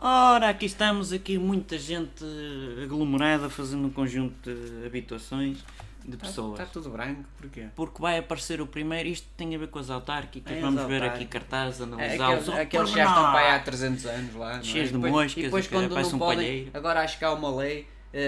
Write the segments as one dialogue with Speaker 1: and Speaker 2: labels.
Speaker 1: Ora, aqui estamos, aqui muita gente aglomerada fazendo um conjunto de habituações de pessoas. É,
Speaker 2: Está Tá- tudo branco, porquê?
Speaker 1: Porque vai aparecer o primeiro, isto tem a ver com as autárquicas,
Speaker 2: É, as
Speaker 1: vamos ver
Speaker 2: autárquicas.
Speaker 1: aqui cartazes,
Speaker 2: É,
Speaker 1: analisá-los.
Speaker 2: aqueles
Speaker 1: ao
Speaker 2: aqueles já
Speaker 1: pormenor.
Speaker 2: estão para aí há 300 anos lá. não é?
Speaker 1: Cheios de
Speaker 2: Depois-
Speaker 1: moscas,
Speaker 2: E depois
Speaker 1: e que
Speaker 2: quando
Speaker 1: parece
Speaker 2: não
Speaker 1: um
Speaker 2: podem,
Speaker 1: palheiro.
Speaker 2: agora acho que há uma lei, eh,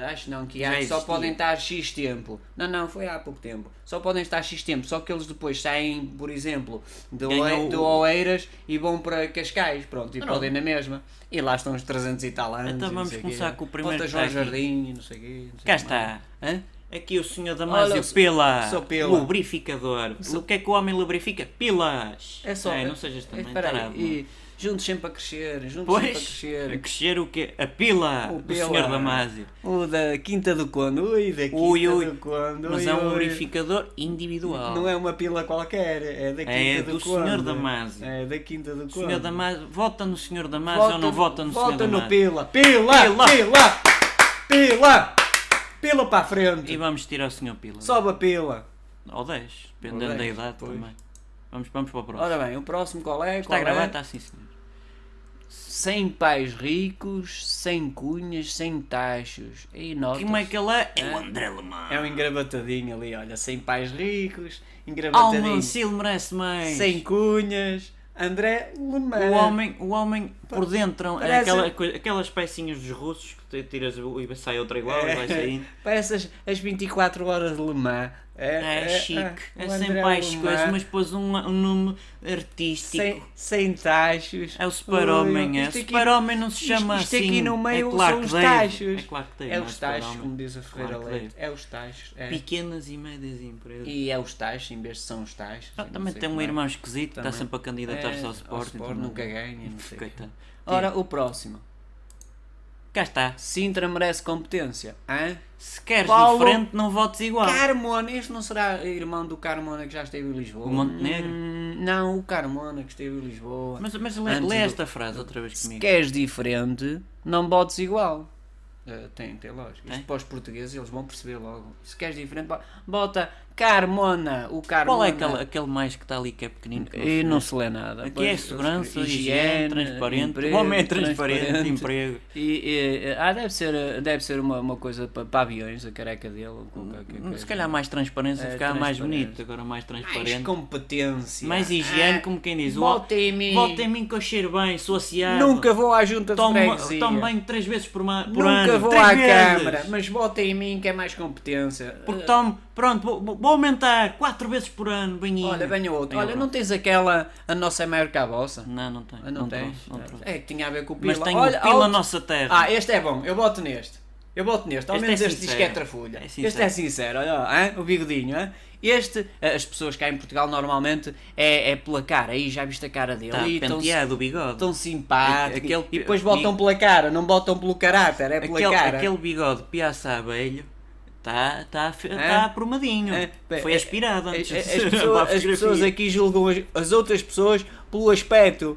Speaker 2: eh, acho não, que
Speaker 1: Já
Speaker 2: há, que só
Speaker 1: existia.
Speaker 2: podem estar X tempo. Não, não, foi há pouco tempo. Só podem estar X tempo, só que eles depois saem, por exemplo, de,
Speaker 1: Ganham
Speaker 2: Oe,
Speaker 1: o-
Speaker 2: de Oeiras e vão para Cascais, pronto, e
Speaker 1: Pronto.
Speaker 2: podem na mesma. E lá estão os 300 e tal anos.
Speaker 1: Então
Speaker 2: e não
Speaker 1: vamos
Speaker 2: sei
Speaker 1: começar
Speaker 2: quê.
Speaker 1: com o primeiro
Speaker 2: Ponta
Speaker 1: que
Speaker 2: João
Speaker 1: está aqui.
Speaker 2: Jardim, não sei quê. não sei
Speaker 1: Cá
Speaker 2: o que mais.
Speaker 1: está.
Speaker 2: Hã?
Speaker 1: Aqui o senhor Damásio
Speaker 2: Olha, sou-
Speaker 1: pela,
Speaker 2: sou pela.
Speaker 1: lubrificador. O que é que o homem lubrifica? Pilas.
Speaker 2: É só.
Speaker 1: Ai, não sejas também
Speaker 2: espera aí,
Speaker 1: tarado.
Speaker 2: E juntos sempre a crescer, juntos sempre a
Speaker 1: Pois, É a
Speaker 2: crescer.
Speaker 1: crescer o quê? A pila
Speaker 2: O
Speaker 1: do
Speaker 2: pila.
Speaker 1: senhor Damásio.
Speaker 2: O da Quinta do Conde, ui, da Quinta
Speaker 1: Ui, ui.
Speaker 2: do Conde.
Speaker 1: Mas
Speaker 2: ui,
Speaker 1: é um
Speaker 2: ui.
Speaker 1: lubrificador individual.
Speaker 2: Não é uma pila qualquer, é da Quinta
Speaker 1: É
Speaker 2: do,
Speaker 1: do
Speaker 2: Conde.
Speaker 1: Senhor Damásio.
Speaker 2: É da Quinta do Conde.
Speaker 1: O senhor Damásio, vota no senhor Damásio ou não vota no senhor
Speaker 2: Vota no
Speaker 1: Damásio?
Speaker 2: pila, pila,
Speaker 1: Pila.
Speaker 2: pila, pila, pila, para a frente.
Speaker 1: E vamos tirar o senhor pila.
Speaker 2: Sobe a pila.
Speaker 1: Ou 10,
Speaker 2: Ou
Speaker 1: dependendo da
Speaker 2: 10,
Speaker 1: idade
Speaker 2: pois.
Speaker 1: também. Vamos, vamos para o próximo.
Speaker 2: Ora bem, o próximo qual é?
Speaker 1: Está a
Speaker 2: qual
Speaker 1: gravar?
Speaker 2: é?
Speaker 1: Está sim, senhor.
Speaker 2: Sem pais ricos, sem cunhas, sem taxos. E notas.
Speaker 1: Como é que ele é? É o André Lemar.
Speaker 2: É um engravatadinho ali, olha, sem pais ricos,
Speaker 1: um
Speaker 2: engravatadinho,
Speaker 1: Almancil merece mais.
Speaker 2: sem cunhas, André Lemar.
Speaker 1: O homem, o homem por dentro é
Speaker 2: É. Parece- um-
Speaker 1: aquela coi- aquelas pecinhas dos russos que tu tiras o- e sai outra igual e vai saindo.
Speaker 2: Parece as, É. as 24 horas de Le Mans.
Speaker 1: É, chique, é,
Speaker 2: o
Speaker 1: sem
Speaker 2: André
Speaker 1: pais
Speaker 2: Le
Speaker 1: coisas,
Speaker 2: Mans,
Speaker 1: mas pôs um, um nome artístico.
Speaker 2: Sem, sem tachos.
Speaker 1: É o super-homem,
Speaker 2: Ui,
Speaker 1: é.
Speaker 2: isto aqui-
Speaker 1: Super-homem não se
Speaker 2: isto-
Speaker 1: chama
Speaker 2: isto
Speaker 1: assim.
Speaker 2: aqui no meio
Speaker 1: é Clark
Speaker 2: são os
Speaker 1: Dable,
Speaker 2: tachos.
Speaker 1: É Clark Dable,
Speaker 2: É
Speaker 1: não
Speaker 2: os tachos,
Speaker 1: super-homem.
Speaker 2: como diz a Ferreira
Speaker 1: Claro que
Speaker 2: Leite. É os tachos. é.
Speaker 1: Pequenas e médias empresas.
Speaker 2: E é os tachos em vez de são os tachos.
Speaker 1: Ah,
Speaker 2: eu não
Speaker 1: também
Speaker 2: sei
Speaker 1: tem um
Speaker 2: como é.
Speaker 1: irmão esquisito que está
Speaker 2: Também.
Speaker 1: sempre a candidatar-se
Speaker 2: É,
Speaker 1: ao Sporting.
Speaker 2: Sport,
Speaker 1: também.
Speaker 2: nunca ganha. Não sei.
Speaker 1: Coitado.
Speaker 2: Ora, o próximo.
Speaker 1: Cá está.
Speaker 2: Sintra merece competência. Hã?
Speaker 1: Se queres
Speaker 2: Paulo-
Speaker 1: diferente, não votes igual.
Speaker 2: Carmona, este não será irmão do Carmona que já esteve em Lisboa?
Speaker 1: O Montenegro?
Speaker 2: Hum, não, o Carmona que esteve em Lisboa.
Speaker 1: Mas, mas lê,
Speaker 2: Antes
Speaker 1: lê
Speaker 2: do-
Speaker 1: esta frase outra vez
Speaker 2: se
Speaker 1: comigo.
Speaker 2: queres diferente, não botes igual. Ah, tem, tem lógica. Isto
Speaker 1: Eh, Tem?
Speaker 2: para os portugueses eles vão perceber logo. Se queres diferente, bo- bota Carmona, o Carmona.
Speaker 1: Qual é aquele, aquele mais que está ali que é pequenino? que não
Speaker 2: E
Speaker 1: se
Speaker 2: não
Speaker 1: vê?
Speaker 2: se lê nada.
Speaker 1: Aqui
Speaker 2: Pois,
Speaker 1: é
Speaker 2: eles-
Speaker 1: segurança, higiene, transparente.
Speaker 2: emprego,
Speaker 1: o homem é transparente, emprego.
Speaker 2: E, e, ah, deve ser, deve ser uma, uma coisa para, para aviões, a careca dele. ou qualquer coisa.
Speaker 1: Hum, Se calhar mais transparência
Speaker 2: É,
Speaker 1: ficava mais
Speaker 2: transparente.
Speaker 1: bonito, agora mais transparente.
Speaker 2: Mais
Speaker 1: Mais,
Speaker 2: competência.
Speaker 1: higiene,
Speaker 2: Ah,
Speaker 1: como quem diz.
Speaker 2: Vota em mim.
Speaker 1: Volta em mim que eu cheiro bem, sou aciado.
Speaker 2: Nunca vou à junta
Speaker 1: tomo,
Speaker 2: de freguesia.
Speaker 1: tomo bem três vezes por, ma- por ano.
Speaker 2: Nunca vou
Speaker 1: três
Speaker 2: à
Speaker 1: vezes.
Speaker 2: Câmara, mas vota em mim que é mais competência.
Speaker 1: Porque tomo, pronto, vou, vou- vou aumentar quatro vezes por ano, banhinho.
Speaker 2: Olha, venha outro.
Speaker 1: Aí,
Speaker 2: Olha, não
Speaker 1: pronto.
Speaker 2: tens aquela a nossa é maior que a vossa?
Speaker 1: Não, não tem.
Speaker 2: Ah, Não, tens?
Speaker 1: trouxe, não trouxe.
Speaker 2: É que tinha a ver com o Pila.
Speaker 1: Mas tenho
Speaker 2: Olha,
Speaker 1: Olha, pila
Speaker 2: outro-
Speaker 1: nossa terra.
Speaker 2: Ah, este é bom, eu boto neste. Eu boto neste, ao
Speaker 1: Este
Speaker 2: menos
Speaker 1: é
Speaker 2: este diz que é
Speaker 1: sincero.
Speaker 2: trafulha.
Speaker 1: É sincero.
Speaker 2: este é sincero, olha, ó, hã? o bigodinho. Hã? Este, eh, as pessoas cá em Portugal normalmente é, é pela cara, aí já viste a cara dele.
Speaker 1: Está
Speaker 2: e então tão-
Speaker 1: Tá penteado o bigode.
Speaker 2: tão simpático.
Speaker 1: Aquele-
Speaker 2: e depois botam pela cara, não botam pelo caráter, é pela
Speaker 1: aquele,
Speaker 2: cara.
Speaker 1: aquele bigode piaça abelho está tá, fe-
Speaker 2: É?
Speaker 1: tá aprumadinho.
Speaker 2: É, bem,
Speaker 1: Foi
Speaker 2: é,
Speaker 1: aspirado antes de
Speaker 2: As, as
Speaker 1: ser para a
Speaker 2: pessoas, as
Speaker 1: fotografia.
Speaker 2: pessoas aqui julgam as, as outras pessoas pelo aspecto.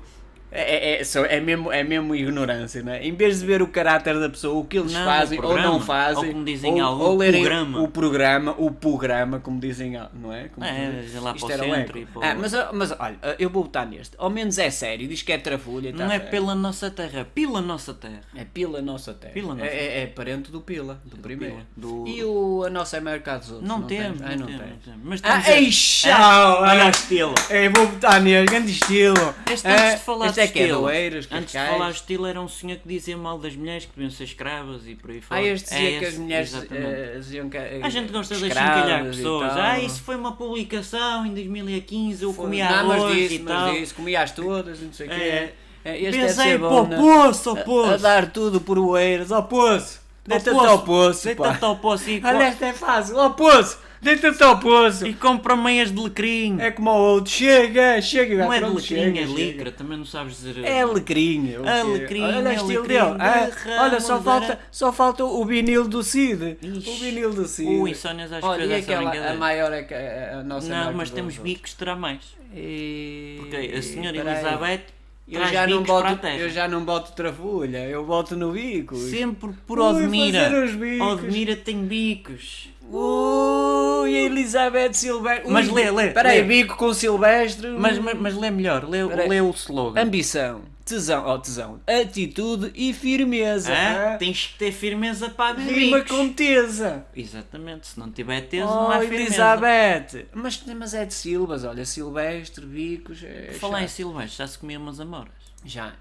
Speaker 2: É, é, é, só- é mesmo, é mesmo ignorância, não é? Em vez de ver o caráter da pessoa, o que eles
Speaker 1: Não,
Speaker 2: fazem
Speaker 1: o
Speaker 2: ou não
Speaker 1: programa,
Speaker 2: fazem,
Speaker 1: ou como dizem
Speaker 2: ou,
Speaker 1: alguns,
Speaker 2: ou lerem
Speaker 1: programa.
Speaker 2: o programa, o programa, como dizem, al- não é? Como
Speaker 1: É,
Speaker 2: dizem.
Speaker 1: lá para o
Speaker 2: era um
Speaker 1: centro
Speaker 2: eco.
Speaker 1: e para o-
Speaker 2: Ah, mas, ó, mas olha, eu vou botar neste. Ao menos é sério, diz que é trafulha. e
Speaker 1: Não
Speaker 2: tá
Speaker 1: é
Speaker 2: certo.
Speaker 1: pela nossa terra, pela nossa terra.
Speaker 2: É Pila Nossa Terra.
Speaker 1: Pila Nossa
Speaker 2: É, é, é parente do Pila, do primeiro.
Speaker 1: Pila, do-
Speaker 2: E o A Nossa é maior que a dos outros.
Speaker 1: Não, temos,
Speaker 2: Ai,
Speaker 1: não,
Speaker 2: não
Speaker 1: temos, não
Speaker 2: temos.
Speaker 1: temos. Mas
Speaker 2: Ah,
Speaker 1: temos
Speaker 2: ei,
Speaker 1: este-
Speaker 2: tchau!
Speaker 1: Ah, Olha o estilo.
Speaker 2: É, vou botar nele, grande estilo.
Speaker 1: Este,
Speaker 2: Ah,
Speaker 1: antes de falar
Speaker 2: este
Speaker 1: de
Speaker 2: é que é
Speaker 1: estilo,
Speaker 2: doeiras,
Speaker 1: antes de falar de estilo, era um senhor que dizia mal das mulheres que deviam ser escravas e por aí fora.
Speaker 2: Ah, este
Speaker 1: É
Speaker 2: dizia que
Speaker 1: esse,
Speaker 2: as mulheres
Speaker 1: exatamente.
Speaker 2: eh, diziam que.
Speaker 1: A gente gosta de
Speaker 2: escravas
Speaker 1: chincalhar
Speaker 2: e
Speaker 1: pessoas.
Speaker 2: tal.
Speaker 1: Ah, isso foi uma publicação em 2015, eu
Speaker 2: Foi-
Speaker 1: comia
Speaker 2: não, mas
Speaker 1: arroz
Speaker 2: disse,
Speaker 1: e
Speaker 2: mas
Speaker 1: tal.
Speaker 2: disse, comia as todas, e não sei o
Speaker 1: É.
Speaker 2: quê. É, Este deve
Speaker 1: Pensei,
Speaker 2: ser
Speaker 1: pô,
Speaker 2: bom, Ah, não?
Speaker 1: poço,
Speaker 2: A-
Speaker 1: poço.
Speaker 2: A dar tudo por oeiras, ó poço! Deita-te
Speaker 1: poço.
Speaker 2: ao poço, pá.
Speaker 1: Deita-te ao poço e, co-
Speaker 2: Olha, esta é fácil, ó poço! Deita-te ao poço!
Speaker 1: e compra meias de lecrim.
Speaker 2: É como o outro, chega, chega,
Speaker 1: não é de
Speaker 2: pronto,
Speaker 1: lecrim,
Speaker 2: chega,
Speaker 1: é
Speaker 2: chega.
Speaker 1: licra, também não sabes dizer.
Speaker 2: É alecrim. ok.
Speaker 1: Alecrim,
Speaker 2: Olha, este
Speaker 1: alecrim,
Speaker 2: dele, ah,
Speaker 1: derrama,
Speaker 2: olha só, falta,
Speaker 1: derrama.
Speaker 2: só falta o vinil do Cid.
Speaker 1: Ixi.
Speaker 2: O vinil do Cid.
Speaker 1: Ui, Sónias, acho que
Speaker 2: olha,
Speaker 1: fez
Speaker 2: e
Speaker 1: essa
Speaker 2: aquela, a
Speaker 1: brincadeira.
Speaker 2: maior é que a, a nossa
Speaker 1: Não,
Speaker 2: maior
Speaker 1: mas
Speaker 2: que
Speaker 1: temos
Speaker 2: os
Speaker 1: bicos, terá mais.
Speaker 2: outros. E-
Speaker 1: Porque a senhora
Speaker 2: peraí.
Speaker 1: Elizabeth
Speaker 2: Eu
Speaker 1: traz
Speaker 2: já, não
Speaker 1: bicos para a
Speaker 2: boto,
Speaker 1: terra.
Speaker 2: eu já não boto trafulha, eu boto no bico.
Speaker 1: Sempre por
Speaker 2: Ui,
Speaker 1: Odmira.
Speaker 2: fazer os bicos.
Speaker 1: Odmira tem bicos.
Speaker 2: Ui, Elizabeth Silvestre.
Speaker 1: Mas lê, lê,
Speaker 2: Peraí,
Speaker 1: lê.
Speaker 2: bico com Silvestre.
Speaker 1: Mas, mas, mas lê melhor, lê,
Speaker 2: Peraí.
Speaker 1: lê o slogan.
Speaker 2: Ambição, tesão, oh, tesão, atitude e firmeza.
Speaker 1: Hã?
Speaker 2: hã?
Speaker 1: Tens que ter firmeza para abrir
Speaker 2: Rima
Speaker 1: bicos.
Speaker 2: com tesa.
Speaker 1: Exatamente, se não tiver teso, não há
Speaker 2: Oh,
Speaker 1: firmeza.
Speaker 2: Elizabeth! Mas, mas é de Silvas, olha, Silvestre, Bicos. É,
Speaker 1: Por Falar em
Speaker 2: chato.
Speaker 1: Silvestre, já se comia umas amoras.
Speaker 2: Já.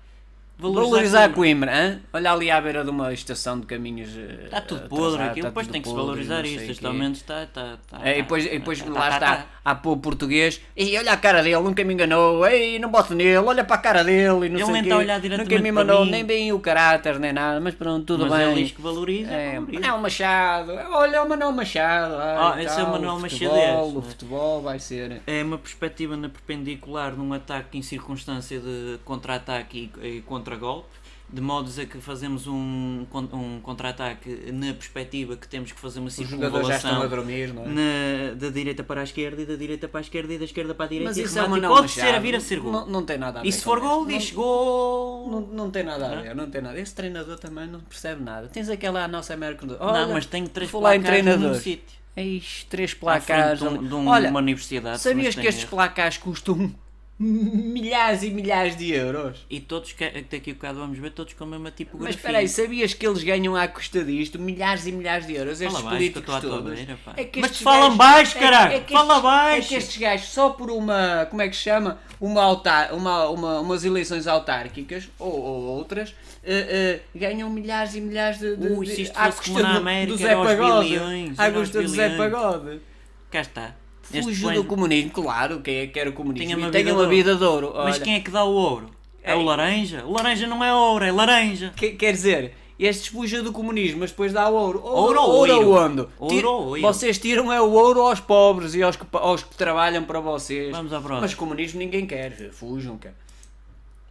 Speaker 1: Valorizar
Speaker 2: Valorizar
Speaker 1: Coimbra.
Speaker 2: Coimbra, hã? Olha ali à beira de uma estação de caminhos. eh,
Speaker 1: Está Tá tudo
Speaker 2: atrasado,
Speaker 1: podre aquilo,
Speaker 2: está
Speaker 1: depois
Speaker 2: tudo
Speaker 1: tem que se
Speaker 2: podre,
Speaker 1: valorizar
Speaker 2: não sei
Speaker 1: isso.
Speaker 2: o
Speaker 1: Este
Speaker 2: quê.
Speaker 1: aumento está. está, está,
Speaker 2: É, e
Speaker 1: está-
Speaker 2: depois, e depois
Speaker 1: está-
Speaker 2: lá
Speaker 1: está-
Speaker 2: está, há pôr português, e olha a cara dele, nunca me enganou, ei, não boto nele, olha para a cara dele, e não
Speaker 1: Ele
Speaker 2: sei
Speaker 1: nem
Speaker 2: o quê,
Speaker 1: está a olhar
Speaker 2: nunca
Speaker 1: diretamente
Speaker 2: me
Speaker 1: para
Speaker 2: enganou,
Speaker 1: mim.
Speaker 2: nem bem o caráter, nem nada, mas pronto, tudo
Speaker 1: Mas é
Speaker 2: bem.
Speaker 1: lixo que valoriza.
Speaker 2: É,
Speaker 1: valoriza.
Speaker 2: Manuel Machado, olha é o Manuel Machado, ai,
Speaker 1: Ah, esse
Speaker 2: tal,
Speaker 1: é o Manuel
Speaker 2: o
Speaker 1: Machado,
Speaker 2: futebol,
Speaker 1: esse,
Speaker 2: O
Speaker 1: né?
Speaker 2: futebol vai ser...
Speaker 1: É uma perspectiva na perpendicular num ataque em circunstância de contra-ataque e, e contra-golpe, de modos a que fazemos um, con- um contra-ataque na perspectiva que temos que fazer uma
Speaker 2: Os jogadores um já estão a
Speaker 1: circunvalação
Speaker 2: dormir, não é?
Speaker 1: na- da direita para a esquerda e da direita para a esquerda e da esquerda para a direita.
Speaker 2: Mas
Speaker 1: e
Speaker 2: isso é o
Speaker 1: remate. E
Speaker 2: Manuel
Speaker 1: pode
Speaker 2: Machado.
Speaker 1: ser a vir a ser gol.
Speaker 2: Não, não tem nada a ver
Speaker 1: e se
Speaker 2: com
Speaker 1: for
Speaker 2: isso.
Speaker 1: gol,
Speaker 2: Não-
Speaker 1: diz é? gol.
Speaker 2: Não, não tem nada a ver, não tem nada. Esse treinador também não percebe nada. Tens aquela a nossa América do.
Speaker 1: Não, mas tenho três
Speaker 2: vou lá em
Speaker 1: placares no
Speaker 2: treinadores.
Speaker 1: sítio.
Speaker 2: Eis, três
Speaker 1: À frente
Speaker 2: placares.
Speaker 1: de, um-
Speaker 2: ali.
Speaker 1: de um-
Speaker 2: Olha,
Speaker 1: uma universidade. se
Speaker 2: sabias
Speaker 1: não
Speaker 2: que estes
Speaker 1: estou em erro.
Speaker 2: placares custam milhares e milhares de euros?
Speaker 1: E todos, que- daqui a bocado vamos ver, todos com a mesma tipografia.
Speaker 2: Mas espera aí, sabias que eles ganham à custa disto milhares e milhares de euros? Estes
Speaker 1: Fala baixo, que
Speaker 2: políticos
Speaker 1: eu estou à tua
Speaker 2: todos. É
Speaker 1: beira, pá.
Speaker 2: que
Speaker 1: Mas
Speaker 2: estes
Speaker 1: falam baixo,
Speaker 2: é-
Speaker 1: caralho!
Speaker 2: é que
Speaker 1: Fala
Speaker 2: estes-
Speaker 1: baixo!
Speaker 2: É que estes gajos, só por uma. Como é que se chama? Uma autar, uma, uma, umas eleições autárquicas ou, ou outras, eh, eh, ganham milhares e milhares de. de
Speaker 1: Ui,
Speaker 2: de-
Speaker 1: se isto
Speaker 2: à
Speaker 1: fosse
Speaker 2: custa
Speaker 1: como na
Speaker 2: do-
Speaker 1: América,
Speaker 2: do Zé
Speaker 1: era aos
Speaker 2: Pagode.
Speaker 1: bilhões,
Speaker 2: À
Speaker 1: era aos
Speaker 2: custa do Zé
Speaker 1: bilhões.
Speaker 2: Pagode.
Speaker 1: Cá está. Este
Speaker 2: Fugiu
Speaker 1: plano.
Speaker 2: do comunismo, claro, quem é que era o comunismo?
Speaker 1: Tenha uma
Speaker 2: E tenha
Speaker 1: vida
Speaker 2: uma
Speaker 1: de ouro.
Speaker 2: vida de ouro.
Speaker 1: Mas
Speaker 2: olha.
Speaker 1: quem é que dá o ouro? É o
Speaker 2: Ei.
Speaker 1: laranja? O laranja não é ouro, é laranja.
Speaker 2: Que- quer dizer, estes fugem do comunismo, mas depois dá ouro.
Speaker 1: Ouro
Speaker 2: Ouro,
Speaker 1: ou
Speaker 2: ouro,
Speaker 1: oiro?
Speaker 2: aonde?
Speaker 1: Ouro ou oiro?
Speaker 2: Vocês tiram é o ouro aos pobres e aos que, pa- aos que trabalham para vocês.
Speaker 1: Vamos à próxima.
Speaker 2: Mas comunismo ninguém quer, fujam, cara.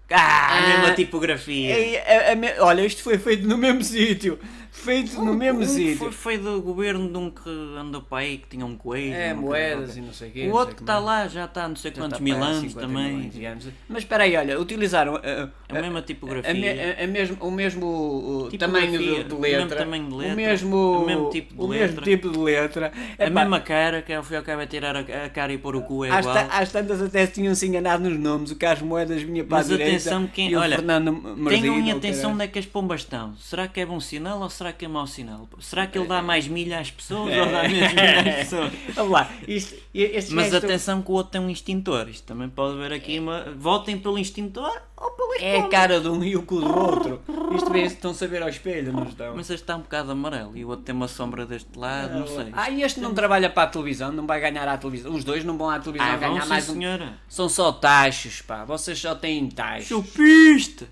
Speaker 1: Ah, a
Speaker 2: Ah.
Speaker 1: mesma tipografia.
Speaker 2: É- é- é me- olha, isto foi feito no mesmo sítio. Feito no mesmo
Speaker 1: um que
Speaker 2: sítio.
Speaker 1: foi, foi do governo de um que andou para aí que tinha um coelho.
Speaker 2: É,
Speaker 1: uma
Speaker 2: moedas
Speaker 1: coisa
Speaker 2: e não sei o quê.
Speaker 1: qualquer. O
Speaker 2: não sei
Speaker 1: outro que
Speaker 2: como
Speaker 1: está
Speaker 2: é.
Speaker 1: lá já está há não sei
Speaker 2: Já tá
Speaker 1: quantos
Speaker 2: está
Speaker 1: mil
Speaker 2: para aí
Speaker 1: anos
Speaker 2: 50
Speaker 1: também. É
Speaker 2: milhões de anos. Mas espera aí, olha, utilizaram. eh,
Speaker 1: A mesma
Speaker 2: A me-
Speaker 1: tipografia. É
Speaker 2: a- a mesmo, o mesmo o
Speaker 1: Tipografia,
Speaker 2: tamanho de, de
Speaker 1: o mesmo
Speaker 2: letra,
Speaker 1: tamanho de letra,
Speaker 2: o mesmo,
Speaker 1: o mesmo tipo de
Speaker 2: o mesmo
Speaker 1: letra.
Speaker 2: tipo de letra.
Speaker 1: A
Speaker 2: Epá,
Speaker 1: mesma cara, que ao fim e ao cabo é tirar a, a cara e pôr o cu é
Speaker 2: às,
Speaker 1: igual.
Speaker 2: ta- às tantas até se tinham-se enganado nos nomes, o Carlos Moedas vinha para
Speaker 1: Mas
Speaker 2: a direita
Speaker 1: atenção, quem-
Speaker 2: e o
Speaker 1: olha,
Speaker 2: Fernando Marzino.
Speaker 1: Tenham em
Speaker 2: o
Speaker 1: atenção
Speaker 2: caralho.
Speaker 1: onde é que as pombas estão. Será que é bom sinal ou será que é mau sinal? Será que ele
Speaker 2: É.
Speaker 1: dá mais milha às pessoas ou dá menos milha às pessoas?
Speaker 2: Vamos lá, isto, e- estes
Speaker 1: Mas
Speaker 2: gajos estão-
Speaker 1: atenção que o outro tem um extintor. Isto também pode haver aqui uma. Votem pelo extintor ou pelas
Speaker 2: é a
Speaker 1: pombas.
Speaker 2: cara de um e o cu do outro. Isto bem, estão-se a ver ao espelho, não estão?
Speaker 1: Mas este está um bocado amarelo e o outro tem uma sombra deste lado, não sei.
Speaker 2: Ah, e este não trabalha para a televisão, não vai ganhar à televisão. Os dois não vão à televisão
Speaker 1: Ah, vão
Speaker 2: ganhar
Speaker 1: sim,
Speaker 2: mais um.
Speaker 1: senhora.
Speaker 2: São só taxas, pá. Vocês só têm taxas.
Speaker 1: Chupistas!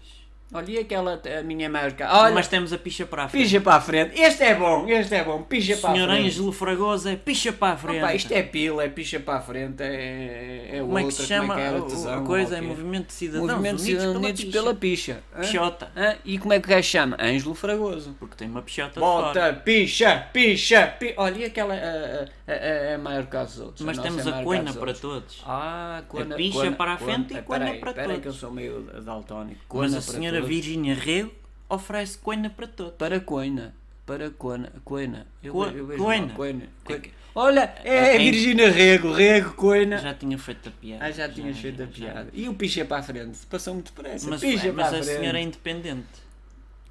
Speaker 2: Olha e aquela a minha marca. Olha,
Speaker 1: Mas temos a picha para a frente.
Speaker 2: pija para a frente. Este é bom, este é bom. Pija para a
Speaker 1: Senhor
Speaker 2: frente.
Speaker 1: Ângelo Fragoso é picha para a frente.
Speaker 2: Opa, isto é pila, é picha para a frente, é, é
Speaker 1: Como é que
Speaker 2: outra,
Speaker 1: se chama
Speaker 2: como é que era,
Speaker 1: o-
Speaker 2: tesão,
Speaker 1: a coisa?
Speaker 2: ou
Speaker 1: É
Speaker 2: o quê?
Speaker 1: Movimento de Cidadãos
Speaker 2: Movimento de
Speaker 1: Unidos,
Speaker 2: Cidadãos
Speaker 1: pela,
Speaker 2: Unidos
Speaker 1: picha.
Speaker 2: pela picha. Hã?
Speaker 1: Pichota.
Speaker 2: Hã? E como é que o gajo chama? Ângelo Fragoso.
Speaker 1: Porque tem uma pichota de fora.
Speaker 2: Bota, picha, picha, picha. Olha, e aquela ah, ah, ah, ah, é maior que os outros.
Speaker 1: Mas
Speaker 2: nossa
Speaker 1: temos
Speaker 2: é
Speaker 1: a
Speaker 2: maior que
Speaker 1: coina
Speaker 2: dos
Speaker 1: para
Speaker 2: outros.
Speaker 1: todos.
Speaker 2: Ah, coina,
Speaker 1: picha
Speaker 2: coina,
Speaker 1: para a frente e
Speaker 2: Ah,
Speaker 1: coina
Speaker 2: peraí,
Speaker 1: para
Speaker 2: peraí que eu
Speaker 1: todos.
Speaker 2: sou meio daltónico.
Speaker 1: Mas
Speaker 2: Coina
Speaker 1: a
Speaker 2: para
Speaker 1: senhora
Speaker 2: todos.
Speaker 1: Virginia Rego oferece coina para todos.
Speaker 2: Para Coina. Para Coina. Coina. Eu,
Speaker 1: Co-
Speaker 2: eu vejo
Speaker 1: Coina.
Speaker 2: mal, Coina.
Speaker 1: É
Speaker 2: Coina.
Speaker 1: que-
Speaker 2: Olha, é,
Speaker 1: É-
Speaker 2: é Virgínia Rego. Rego, Coina.
Speaker 1: Já tinha feito a piada.
Speaker 2: ah, já tinhas feito a
Speaker 1: já.
Speaker 2: piada. E o picha para a frente. Passou muito depressa.
Speaker 1: Mas,
Speaker 2: picha
Speaker 1: mas
Speaker 2: para
Speaker 1: a
Speaker 2: a frente.
Speaker 1: senhora é independente.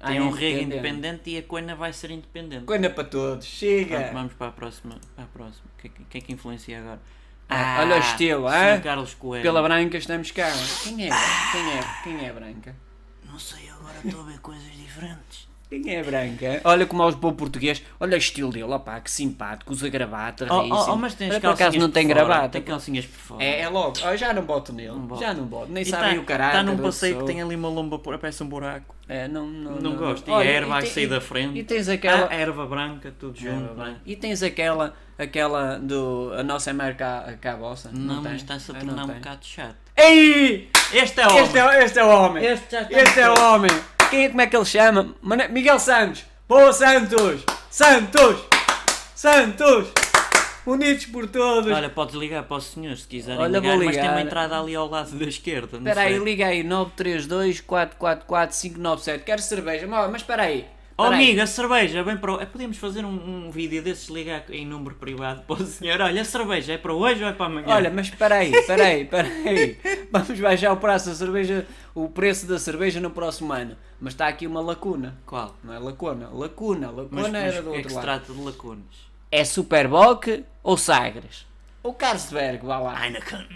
Speaker 2: Ah,
Speaker 1: Tem
Speaker 2: é
Speaker 1: um rego
Speaker 2: independente.
Speaker 1: independente e a coina vai ser independente.
Speaker 2: Coina é para
Speaker 1: Pronto,
Speaker 2: todos. Chega.
Speaker 1: vamos para a próxima. Para a próxima. O que, é que- que é que influencia agora?
Speaker 2: Ah, olha o estilo,
Speaker 1: Sr.
Speaker 2: ah?
Speaker 1: Carlos Coelho.
Speaker 2: Pela branca estamos cá. Quem é? Quem é? Quem é branca?
Speaker 1: Não sei, agora estou a ver coisas diferentes.
Speaker 2: Quem é branca? Olha como aos bom português. Olha o estilo dele. Opá, que simpático. Usa gravata.
Speaker 1: Oh,
Speaker 2: ríssimo.
Speaker 1: oh, oh, mas tens
Speaker 2: Olha, por
Speaker 1: calcinhas
Speaker 2: acaso não
Speaker 1: por
Speaker 2: tem
Speaker 1: fora,
Speaker 2: gravata.
Speaker 1: Tem calcinhas por fora.
Speaker 2: É, é logo. Oh, já não boto nele. Já não boto. Nem sabem o caráter.
Speaker 1: Está tá- num
Speaker 2: da
Speaker 1: passeio que
Speaker 2: pessoa.
Speaker 1: tem ali uma lomba, por- parece um buraco.
Speaker 2: É, não, não,
Speaker 1: Não, gosto. E
Speaker 2: Olha,
Speaker 1: a erva
Speaker 2: tem-
Speaker 1: que sai da frente.
Speaker 2: E tens aquela.
Speaker 1: Ah, a erva branca, tudo junto. não é?
Speaker 2: E tens aquela. Aquela do. A nossa é maior que a, que a vossa.
Speaker 1: Não,
Speaker 2: tem?
Speaker 1: mas está-se a
Speaker 2: Ah,
Speaker 1: tornar
Speaker 2: não
Speaker 1: um
Speaker 2: tem.
Speaker 1: bocado chato.
Speaker 2: Ei!
Speaker 1: Este é homem.
Speaker 2: Este é, este é o homem!
Speaker 1: Este já está
Speaker 2: Este é
Speaker 1: muito-
Speaker 2: o homem! Quem é como é que ele chama? Mane- Miguel Santos! Boa Santos! Santos! Santos! Unidos por todos!
Speaker 1: Olha, podes ligar para o senhor se quiserem
Speaker 2: Olha,
Speaker 1: ligar,
Speaker 2: vou
Speaker 1: mas tem uma
Speaker 2: ligar.
Speaker 1: entrada ali ao lado da esquerda. não
Speaker 2: Espera aí,
Speaker 1: sei.
Speaker 2: liga aí, 932 444 597. Quero cerveja, mas mas espera aí.
Speaker 1: Oh,
Speaker 2: Peraí.
Speaker 1: amiga, cerveja, bem para. o- É, podemos fazer um, um vídeo desses, ligar em número privado para o senhor. Olha, a cerveja é para hoje ou é para amanhã?
Speaker 2: Olha, mas espera aí, espera aí, espera aí. Vamos baixar o preço da cerveja, o preço da cerveja no próximo ano. Mas está aqui uma lacuna.
Speaker 1: qual?
Speaker 2: Não é lacuna, lacuna, lacuna
Speaker 1: Mas, mas
Speaker 2: era
Speaker 1: o
Speaker 2: do
Speaker 1: que é
Speaker 2: outro
Speaker 1: que se
Speaker 2: lado.
Speaker 1: trata de lacunas?
Speaker 2: É Superboc ou Sagres? Ou Carlsberg, vá lá.
Speaker 1: Heineken.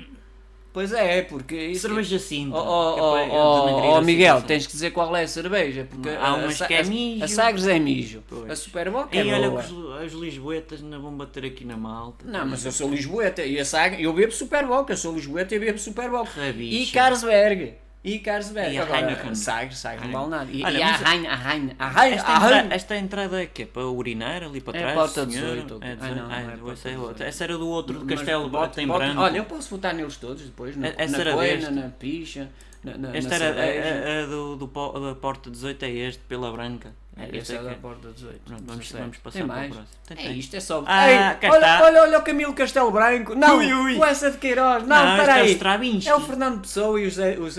Speaker 2: Pois é, porque isso...
Speaker 1: Cerveja é sim.
Speaker 2: Oh, oh, oh, oh, oh, Miguel, tens que dizer qual é a cerveja. Porque
Speaker 1: Há
Speaker 2: a-
Speaker 1: umas
Speaker 2: a,
Speaker 1: que é
Speaker 2: a-
Speaker 1: mijo.
Speaker 2: A Sagres é mijo.
Speaker 1: Pois.
Speaker 2: A Superboc é
Speaker 1: E olha
Speaker 2: boa.
Speaker 1: que os, as lisboetas não vão bater aqui na malta.
Speaker 2: Não, mas eu sou Lisboeta e a Saga, eu bebo Superboc, eu sou Lisboeta e bebo Superboc. E
Speaker 1: Rabicha.
Speaker 2: Carlsberg. E Carlsberg.
Speaker 1: E a
Speaker 2: Agora,
Speaker 1: Heineken.
Speaker 2: Sagres, Sagres não vale nada. E,
Speaker 1: Olha,
Speaker 2: e a
Speaker 1: mas-
Speaker 2: Heine, a Heine, a Heine,
Speaker 1: Esta,
Speaker 2: a Heine.
Speaker 1: entra- esta entrada é que Para urinar ali para
Speaker 2: É
Speaker 1: trás?
Speaker 2: porta
Speaker 1: senhor?
Speaker 2: 18,
Speaker 1: É,
Speaker 2: ok. Ah,
Speaker 1: 18.
Speaker 2: não,
Speaker 1: Ah,
Speaker 2: não é porta
Speaker 1: essa é
Speaker 2: 18.
Speaker 1: outra. Essa era do outro do
Speaker 2: Mas
Speaker 1: Castelo
Speaker 2: bota-
Speaker 1: Bota em
Speaker 2: bota-
Speaker 1: Branco.
Speaker 2: Olha, eu posso votar neles todos depois, na,
Speaker 1: É- essa
Speaker 2: na
Speaker 1: era
Speaker 2: coina,
Speaker 1: desta.
Speaker 2: na picha, na, na,
Speaker 1: Esta
Speaker 2: na
Speaker 1: era é,
Speaker 2: cerveja.
Speaker 1: a, a- a do, do po- da porta 18 é este, pela branca.
Speaker 2: É,
Speaker 1: Este
Speaker 2: essa
Speaker 1: é
Speaker 2: é
Speaker 1: que
Speaker 2: da
Speaker 1: é.
Speaker 2: porta 18.
Speaker 1: Pronto, vamos,
Speaker 2: 17.
Speaker 1: vamos
Speaker 2: Tem
Speaker 1: passar para o
Speaker 2: mais.
Speaker 1: próximo. Tem,
Speaker 2: É
Speaker 1: tem.
Speaker 2: isto, é só.
Speaker 1: Ah,
Speaker 2: Ei,
Speaker 1: cá
Speaker 2: olha,
Speaker 1: está.
Speaker 2: olha, olha o Camilo Castelo Branco. Não,
Speaker 1: Ui, ui.
Speaker 2: o essa de Queiroz. Não,
Speaker 1: Não, este é o
Speaker 2: peraí.
Speaker 1: Stravinsky.
Speaker 2: É o Fernando Pessoa e os. Os,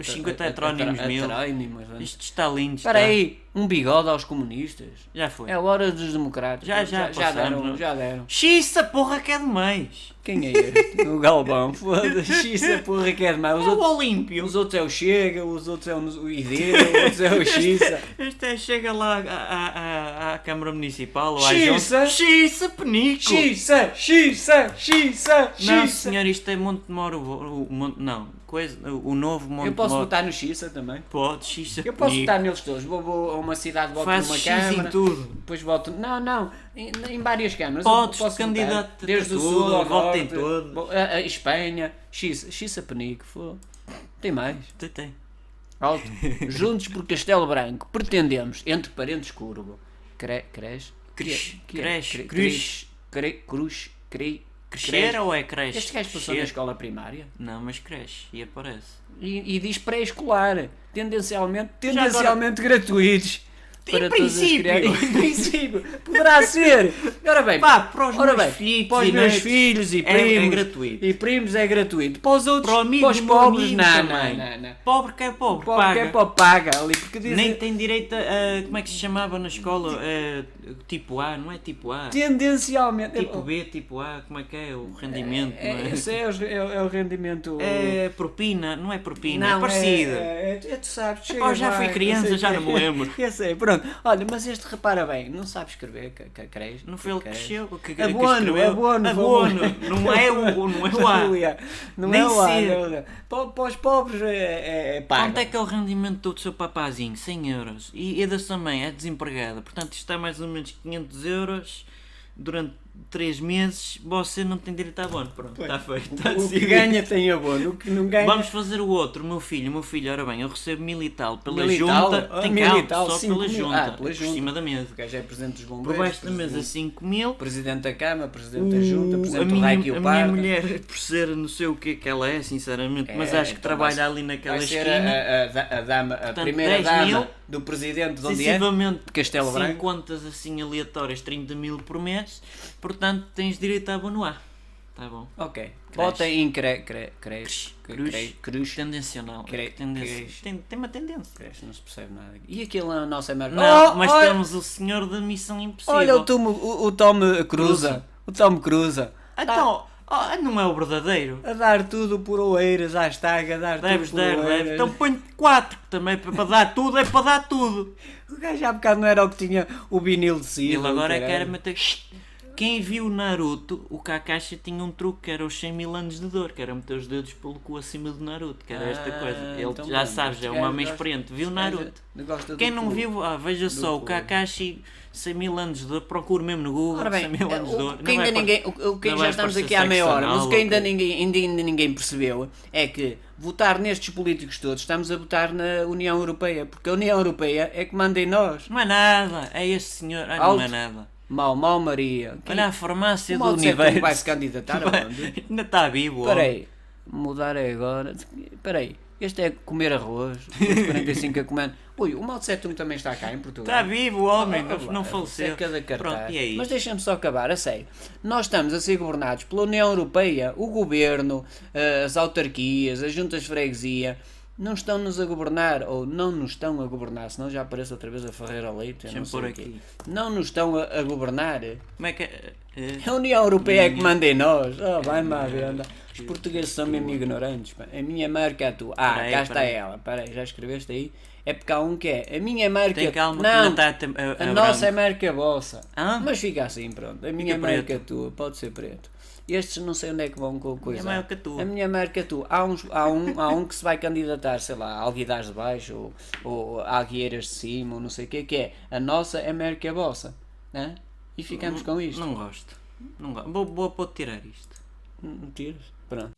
Speaker 1: Os cinco heterónimos mil. Isto está lindo. está.
Speaker 2: Espera aí, um bigode aos comunistas.
Speaker 1: Já foi.
Speaker 2: É a hora dos democratas.
Speaker 1: Já, já,
Speaker 2: já deram,
Speaker 1: passamos.
Speaker 2: já deram.
Speaker 1: Xiça, porra, que é demais.
Speaker 2: Quem é este? o Galvão, foda-se, isso é porra que é demais. Os
Speaker 1: É o
Speaker 2: outros,
Speaker 1: Olímpio.
Speaker 2: os outros é o Chega, os outros é o ID, os outros é o Xissa.
Speaker 1: Este é, chega lá à, à, à, à Câmara Municipal. ou à
Speaker 2: Xiça.
Speaker 1: Junta. Xiça, penico.
Speaker 2: Xissa, Xissa, Xissa,
Speaker 1: Não,
Speaker 2: Xissa.
Speaker 1: senhor, isto é Monte de Moro. o- o Monte- Não, coisa, o o novo Monte
Speaker 2: Eu posso
Speaker 1: de Moro.
Speaker 2: votar no Xissa também.
Speaker 1: Pode, Xiça,
Speaker 2: Eu posso
Speaker 1: penico.
Speaker 2: votar neles todos. Vou, vou a uma cidade, voto
Speaker 1: Faz
Speaker 2: numa
Speaker 1: X
Speaker 2: câmara.
Speaker 1: em tudo.
Speaker 2: Depois voto. Não, não. Em, em várias câmaras.
Speaker 1: Podes,
Speaker 2: Eu posso votar.
Speaker 1: candidato
Speaker 2: Desde
Speaker 1: a
Speaker 2: o
Speaker 1: tudo,
Speaker 2: Sul ao
Speaker 1: vota em
Speaker 2: norte,
Speaker 1: todos.
Speaker 2: bo- A, a Espanha. X, X a Penico. fô. Tem mais.
Speaker 1: Tem, tem.
Speaker 2: Alto. Juntos por Castelo Branco. Pretendemos, entre parentes curvo. Cre, cres.
Speaker 1: Cres-
Speaker 2: que é?
Speaker 1: cres-
Speaker 2: Cre-
Speaker 1: cruz.
Speaker 2: cre- Cruz. Cre,
Speaker 1: Crescer
Speaker 2: cres-
Speaker 1: ou é creche?
Speaker 2: Este gajo passou na
Speaker 1: Crescer.
Speaker 2: escola primária
Speaker 1: Não, mas cresce e aparece.
Speaker 2: e, e diz pré-escolar, tendencialmente,
Speaker 1: agora-
Speaker 2: tendencialmente gratuitos.
Speaker 1: Em
Speaker 2: todas as
Speaker 1: princípio.
Speaker 2: crianças. em princípio, poderá ser. Ora bem,
Speaker 1: Pá, para os
Speaker 2: ora
Speaker 1: meus
Speaker 2: bem,
Speaker 1: filhos
Speaker 2: para os
Speaker 1: e
Speaker 2: meus
Speaker 1: netos
Speaker 2: filhos e
Speaker 1: é- é
Speaker 2: primos
Speaker 1: gratuito.
Speaker 2: E primos é gratuito. Para os outros,
Speaker 1: Para o amigo,
Speaker 2: para os
Speaker 1: do meu
Speaker 2: pobres,
Speaker 1: amigo
Speaker 2: não,
Speaker 1: também.
Speaker 2: não, não, não.
Speaker 1: Pobre que é pobre,
Speaker 2: Pobre que
Speaker 1: paga.
Speaker 2: é para paga ali, porque dizem
Speaker 1: Nem tem direito a, a- como é que se chamava na escola? A, tipo A, não é tipo A?
Speaker 2: tendencialmente.
Speaker 1: Tipo B, tipo A, como é que é o rendimento?
Speaker 2: é,
Speaker 1: não é?
Speaker 2: esse é, os- é o- é o rendimento.
Speaker 1: É propina, não é propina,
Speaker 2: Não,
Speaker 1: é parecida.
Speaker 2: É, é, é, tu sabes, chega
Speaker 1: Epá, eu já
Speaker 2: lá,
Speaker 1: fui criança,
Speaker 2: não sei
Speaker 1: já
Speaker 2: o quê.
Speaker 1: não me lembro.
Speaker 2: Eu sei, pronto. Olha, mas este repara bem, não sabe escrever, que, que crees?
Speaker 1: Não foi ele que
Speaker 2: crees?
Speaker 1: cresceu? Que, que
Speaker 2: Abono,
Speaker 1: escreveu?
Speaker 2: abono,
Speaker 1: Abono,
Speaker 2: abono.
Speaker 1: não é o, não é o A.
Speaker 2: Não
Speaker 1: Nem
Speaker 2: é o A.
Speaker 1: sei.
Speaker 2: não é o A. Pa- Para os pobres é, é, é pago.
Speaker 1: Quanto é que é o rendimento do seu papazinho? 100 euros. E a da sua mãe é desempregada. Portanto, isto está mais ou menos 500 euros durante 3 meses. Você não tem direito a abono. Pronto, está feito. Está
Speaker 2: O que
Speaker 1: decidido.
Speaker 2: ganha tem abono, o que não ganha...
Speaker 1: Vamos fazer o outro. O meu filho, o meu filho, ora bem, eu recebo mil e tal pela
Speaker 2: Milital?
Speaker 1: junta.
Speaker 2: Ah,
Speaker 1: tem
Speaker 2: milital,
Speaker 1: calma, só
Speaker 2: cinco
Speaker 1: pela
Speaker 2: mil.
Speaker 1: junta.
Speaker 2: Ah, pela
Speaker 1: por
Speaker 2: junta.
Speaker 1: cima da
Speaker 2: O
Speaker 1: mesa.
Speaker 2: gajo é presidente dos bombeiros,
Speaker 1: Por baixo da mesa
Speaker 2: presidente-
Speaker 1: 5 mil.
Speaker 2: presidente da Câmara, presidente da Junta,
Speaker 1: a
Speaker 2: presidente do
Speaker 1: minha,
Speaker 2: RAI e o
Speaker 1: a minha mulher, por ser não sei o que é que ela é, sinceramente, mas
Speaker 2: É,
Speaker 1: acho que
Speaker 2: então
Speaker 1: trabalha
Speaker 2: vai-
Speaker 1: ali naquela
Speaker 2: vai ser
Speaker 1: esquina.
Speaker 2: a, a- a- a dama, a primeira
Speaker 1: 10
Speaker 2: dama
Speaker 1: mil.
Speaker 2: do presidente de onde é?
Speaker 1: Sensivelmente,
Speaker 2: De Castelo
Speaker 1: sim,
Speaker 2: Branco?
Speaker 1: contas assim aleatórias, 30 mil por mês, portanto tens direito a abonoar. Tá bom.
Speaker 2: Ok. Bota em cre, cre, cruz,
Speaker 1: Cruz.
Speaker 2: cruz, cruz,
Speaker 1: Tendencional. É
Speaker 2: Cre-
Speaker 1: Tendência.
Speaker 2: Cruz.
Speaker 1: Tem, tem uma tendência.
Speaker 2: cruz, não se percebe nada. E aquele é o nosso emergente.
Speaker 1: Não, mas
Speaker 2: olha,
Speaker 1: temos o senhor da missão impossível.
Speaker 2: olha o Tom, o, o Tom Cruza, o Tom Cruza,
Speaker 1: Então, oh, não é o verdadeiro.
Speaker 2: a dar tudo por Oeiras, à estaga, a dar
Speaker 1: Deves
Speaker 2: tudo por
Speaker 1: dar,
Speaker 2: Oeiras.
Speaker 1: deves. Então põe 4 também para para dar tudo, é para dar tudo.
Speaker 2: O gajo há bocado não era o que tinha o vinil de si.
Speaker 1: Ele agora é quer meter. Quem viu Naruto, o Kakashi tinha um truque que era os 100 mil anos de dor, que era meter os dedos pelo cu acima do Naruto, que era esta
Speaker 2: Ah,
Speaker 1: coisa. Ele
Speaker 2: então
Speaker 1: já sabe,
Speaker 2: pronto,
Speaker 1: já é
Speaker 2: este
Speaker 1: um
Speaker 2: gajo
Speaker 1: homem
Speaker 2: gosta-
Speaker 1: experiente, viu
Speaker 2: este gajo é-
Speaker 1: Naruto.
Speaker 2: gosta do
Speaker 1: Quem não
Speaker 2: cu.
Speaker 1: viu, ah, veja só, o
Speaker 2: cu.
Speaker 1: Kakashi 100 mil anos de dor, procure mesmo no Google
Speaker 2: Ora bem,
Speaker 1: 100 mil
Speaker 2: eh,
Speaker 1: anos de
Speaker 2: o
Speaker 1: dor.
Speaker 2: que ainda ninguém, o, o que
Speaker 1: não
Speaker 2: já
Speaker 1: vai
Speaker 2: estamos
Speaker 1: parecer
Speaker 2: aqui há meia
Speaker 1: sexo
Speaker 2: hora,
Speaker 1: anal,
Speaker 2: mas o que ainda
Speaker 1: ou-
Speaker 2: ninguém, ainda, ainda ninguém percebeu é que votar nestes políticos todos, estamos a votar na União Europeia, porque a União Europeia é que manda em nós.
Speaker 1: Não é nada, é este senhor, ah, não
Speaker 2: Alto.
Speaker 1: é nada.
Speaker 2: Mau, mau Maria. Quem- é
Speaker 1: Olha a farmácia
Speaker 2: o
Speaker 1: do
Speaker 2: Mao Tse Tung
Speaker 1: universo.
Speaker 2: vai se candidatar aonde?
Speaker 1: Ainda está vivo, ó.
Speaker 2: Espera aí, mudar é agora. Espera aí, este é comer arroz, os 45 a é comer. Ui, o Mao Tse Tung também está cá em Portugal.
Speaker 1: Está vivo o homem, não-
Speaker 2: Olá,
Speaker 1: Tá não
Speaker 2: é
Speaker 1: faleceu.
Speaker 2: cada cartaz.
Speaker 1: Pronto, e é aí?
Speaker 2: Mas deixa-me só acabar, a sério. Nós estamos a ser governados pela União Europeia, o governo, eh, as autarquias, as juntas de freguesia. não estão-nos a governar, ou não nos estão a governar, senão já aparece outra vez a Ferreira Leite, eu não
Speaker 1: Deixa-me
Speaker 2: sei
Speaker 1: pôr
Speaker 2: o quê.
Speaker 1: aqui.
Speaker 2: Não nos estão a, a governar.
Speaker 1: Como é que é? Eh,
Speaker 2: A União Europeia é que manda em nós. Oh, vai-me à venda. Os portugueses são mesmo ignorantes. pá. A minha marca é a tua. Ah,
Speaker 1: Peraí,
Speaker 2: cá está
Speaker 1: peraí.
Speaker 2: ela. Peraí, já escreveste aí? É porque há um que é. A minha marca
Speaker 1: Tem calma que
Speaker 2: não,
Speaker 1: ainda está a tem- a-
Speaker 2: a
Speaker 1: a
Speaker 2: nossa é
Speaker 1: branco.
Speaker 2: marca vossa.
Speaker 1: Ah?
Speaker 2: Mas fica assim, pronto. A minha
Speaker 1: Fica
Speaker 2: marca
Speaker 1: preto.
Speaker 2: é tua. Pode ser preto. Estes não sei onde é que vão com coisa.
Speaker 1: marca é tua.
Speaker 2: A minha marca é tua. Há, uns, há, um, há um que se vai candidatar, sei lá, a Alguidares de Baixo ou, ou a Algueiras de Cima ou não sei o que que é. A nossa é marca vossa. Né? E ficamos com isto.
Speaker 1: Não gosto. Não gosto. Vou, vou, vou tirar isto.
Speaker 2: Não tiras? um, Pronto.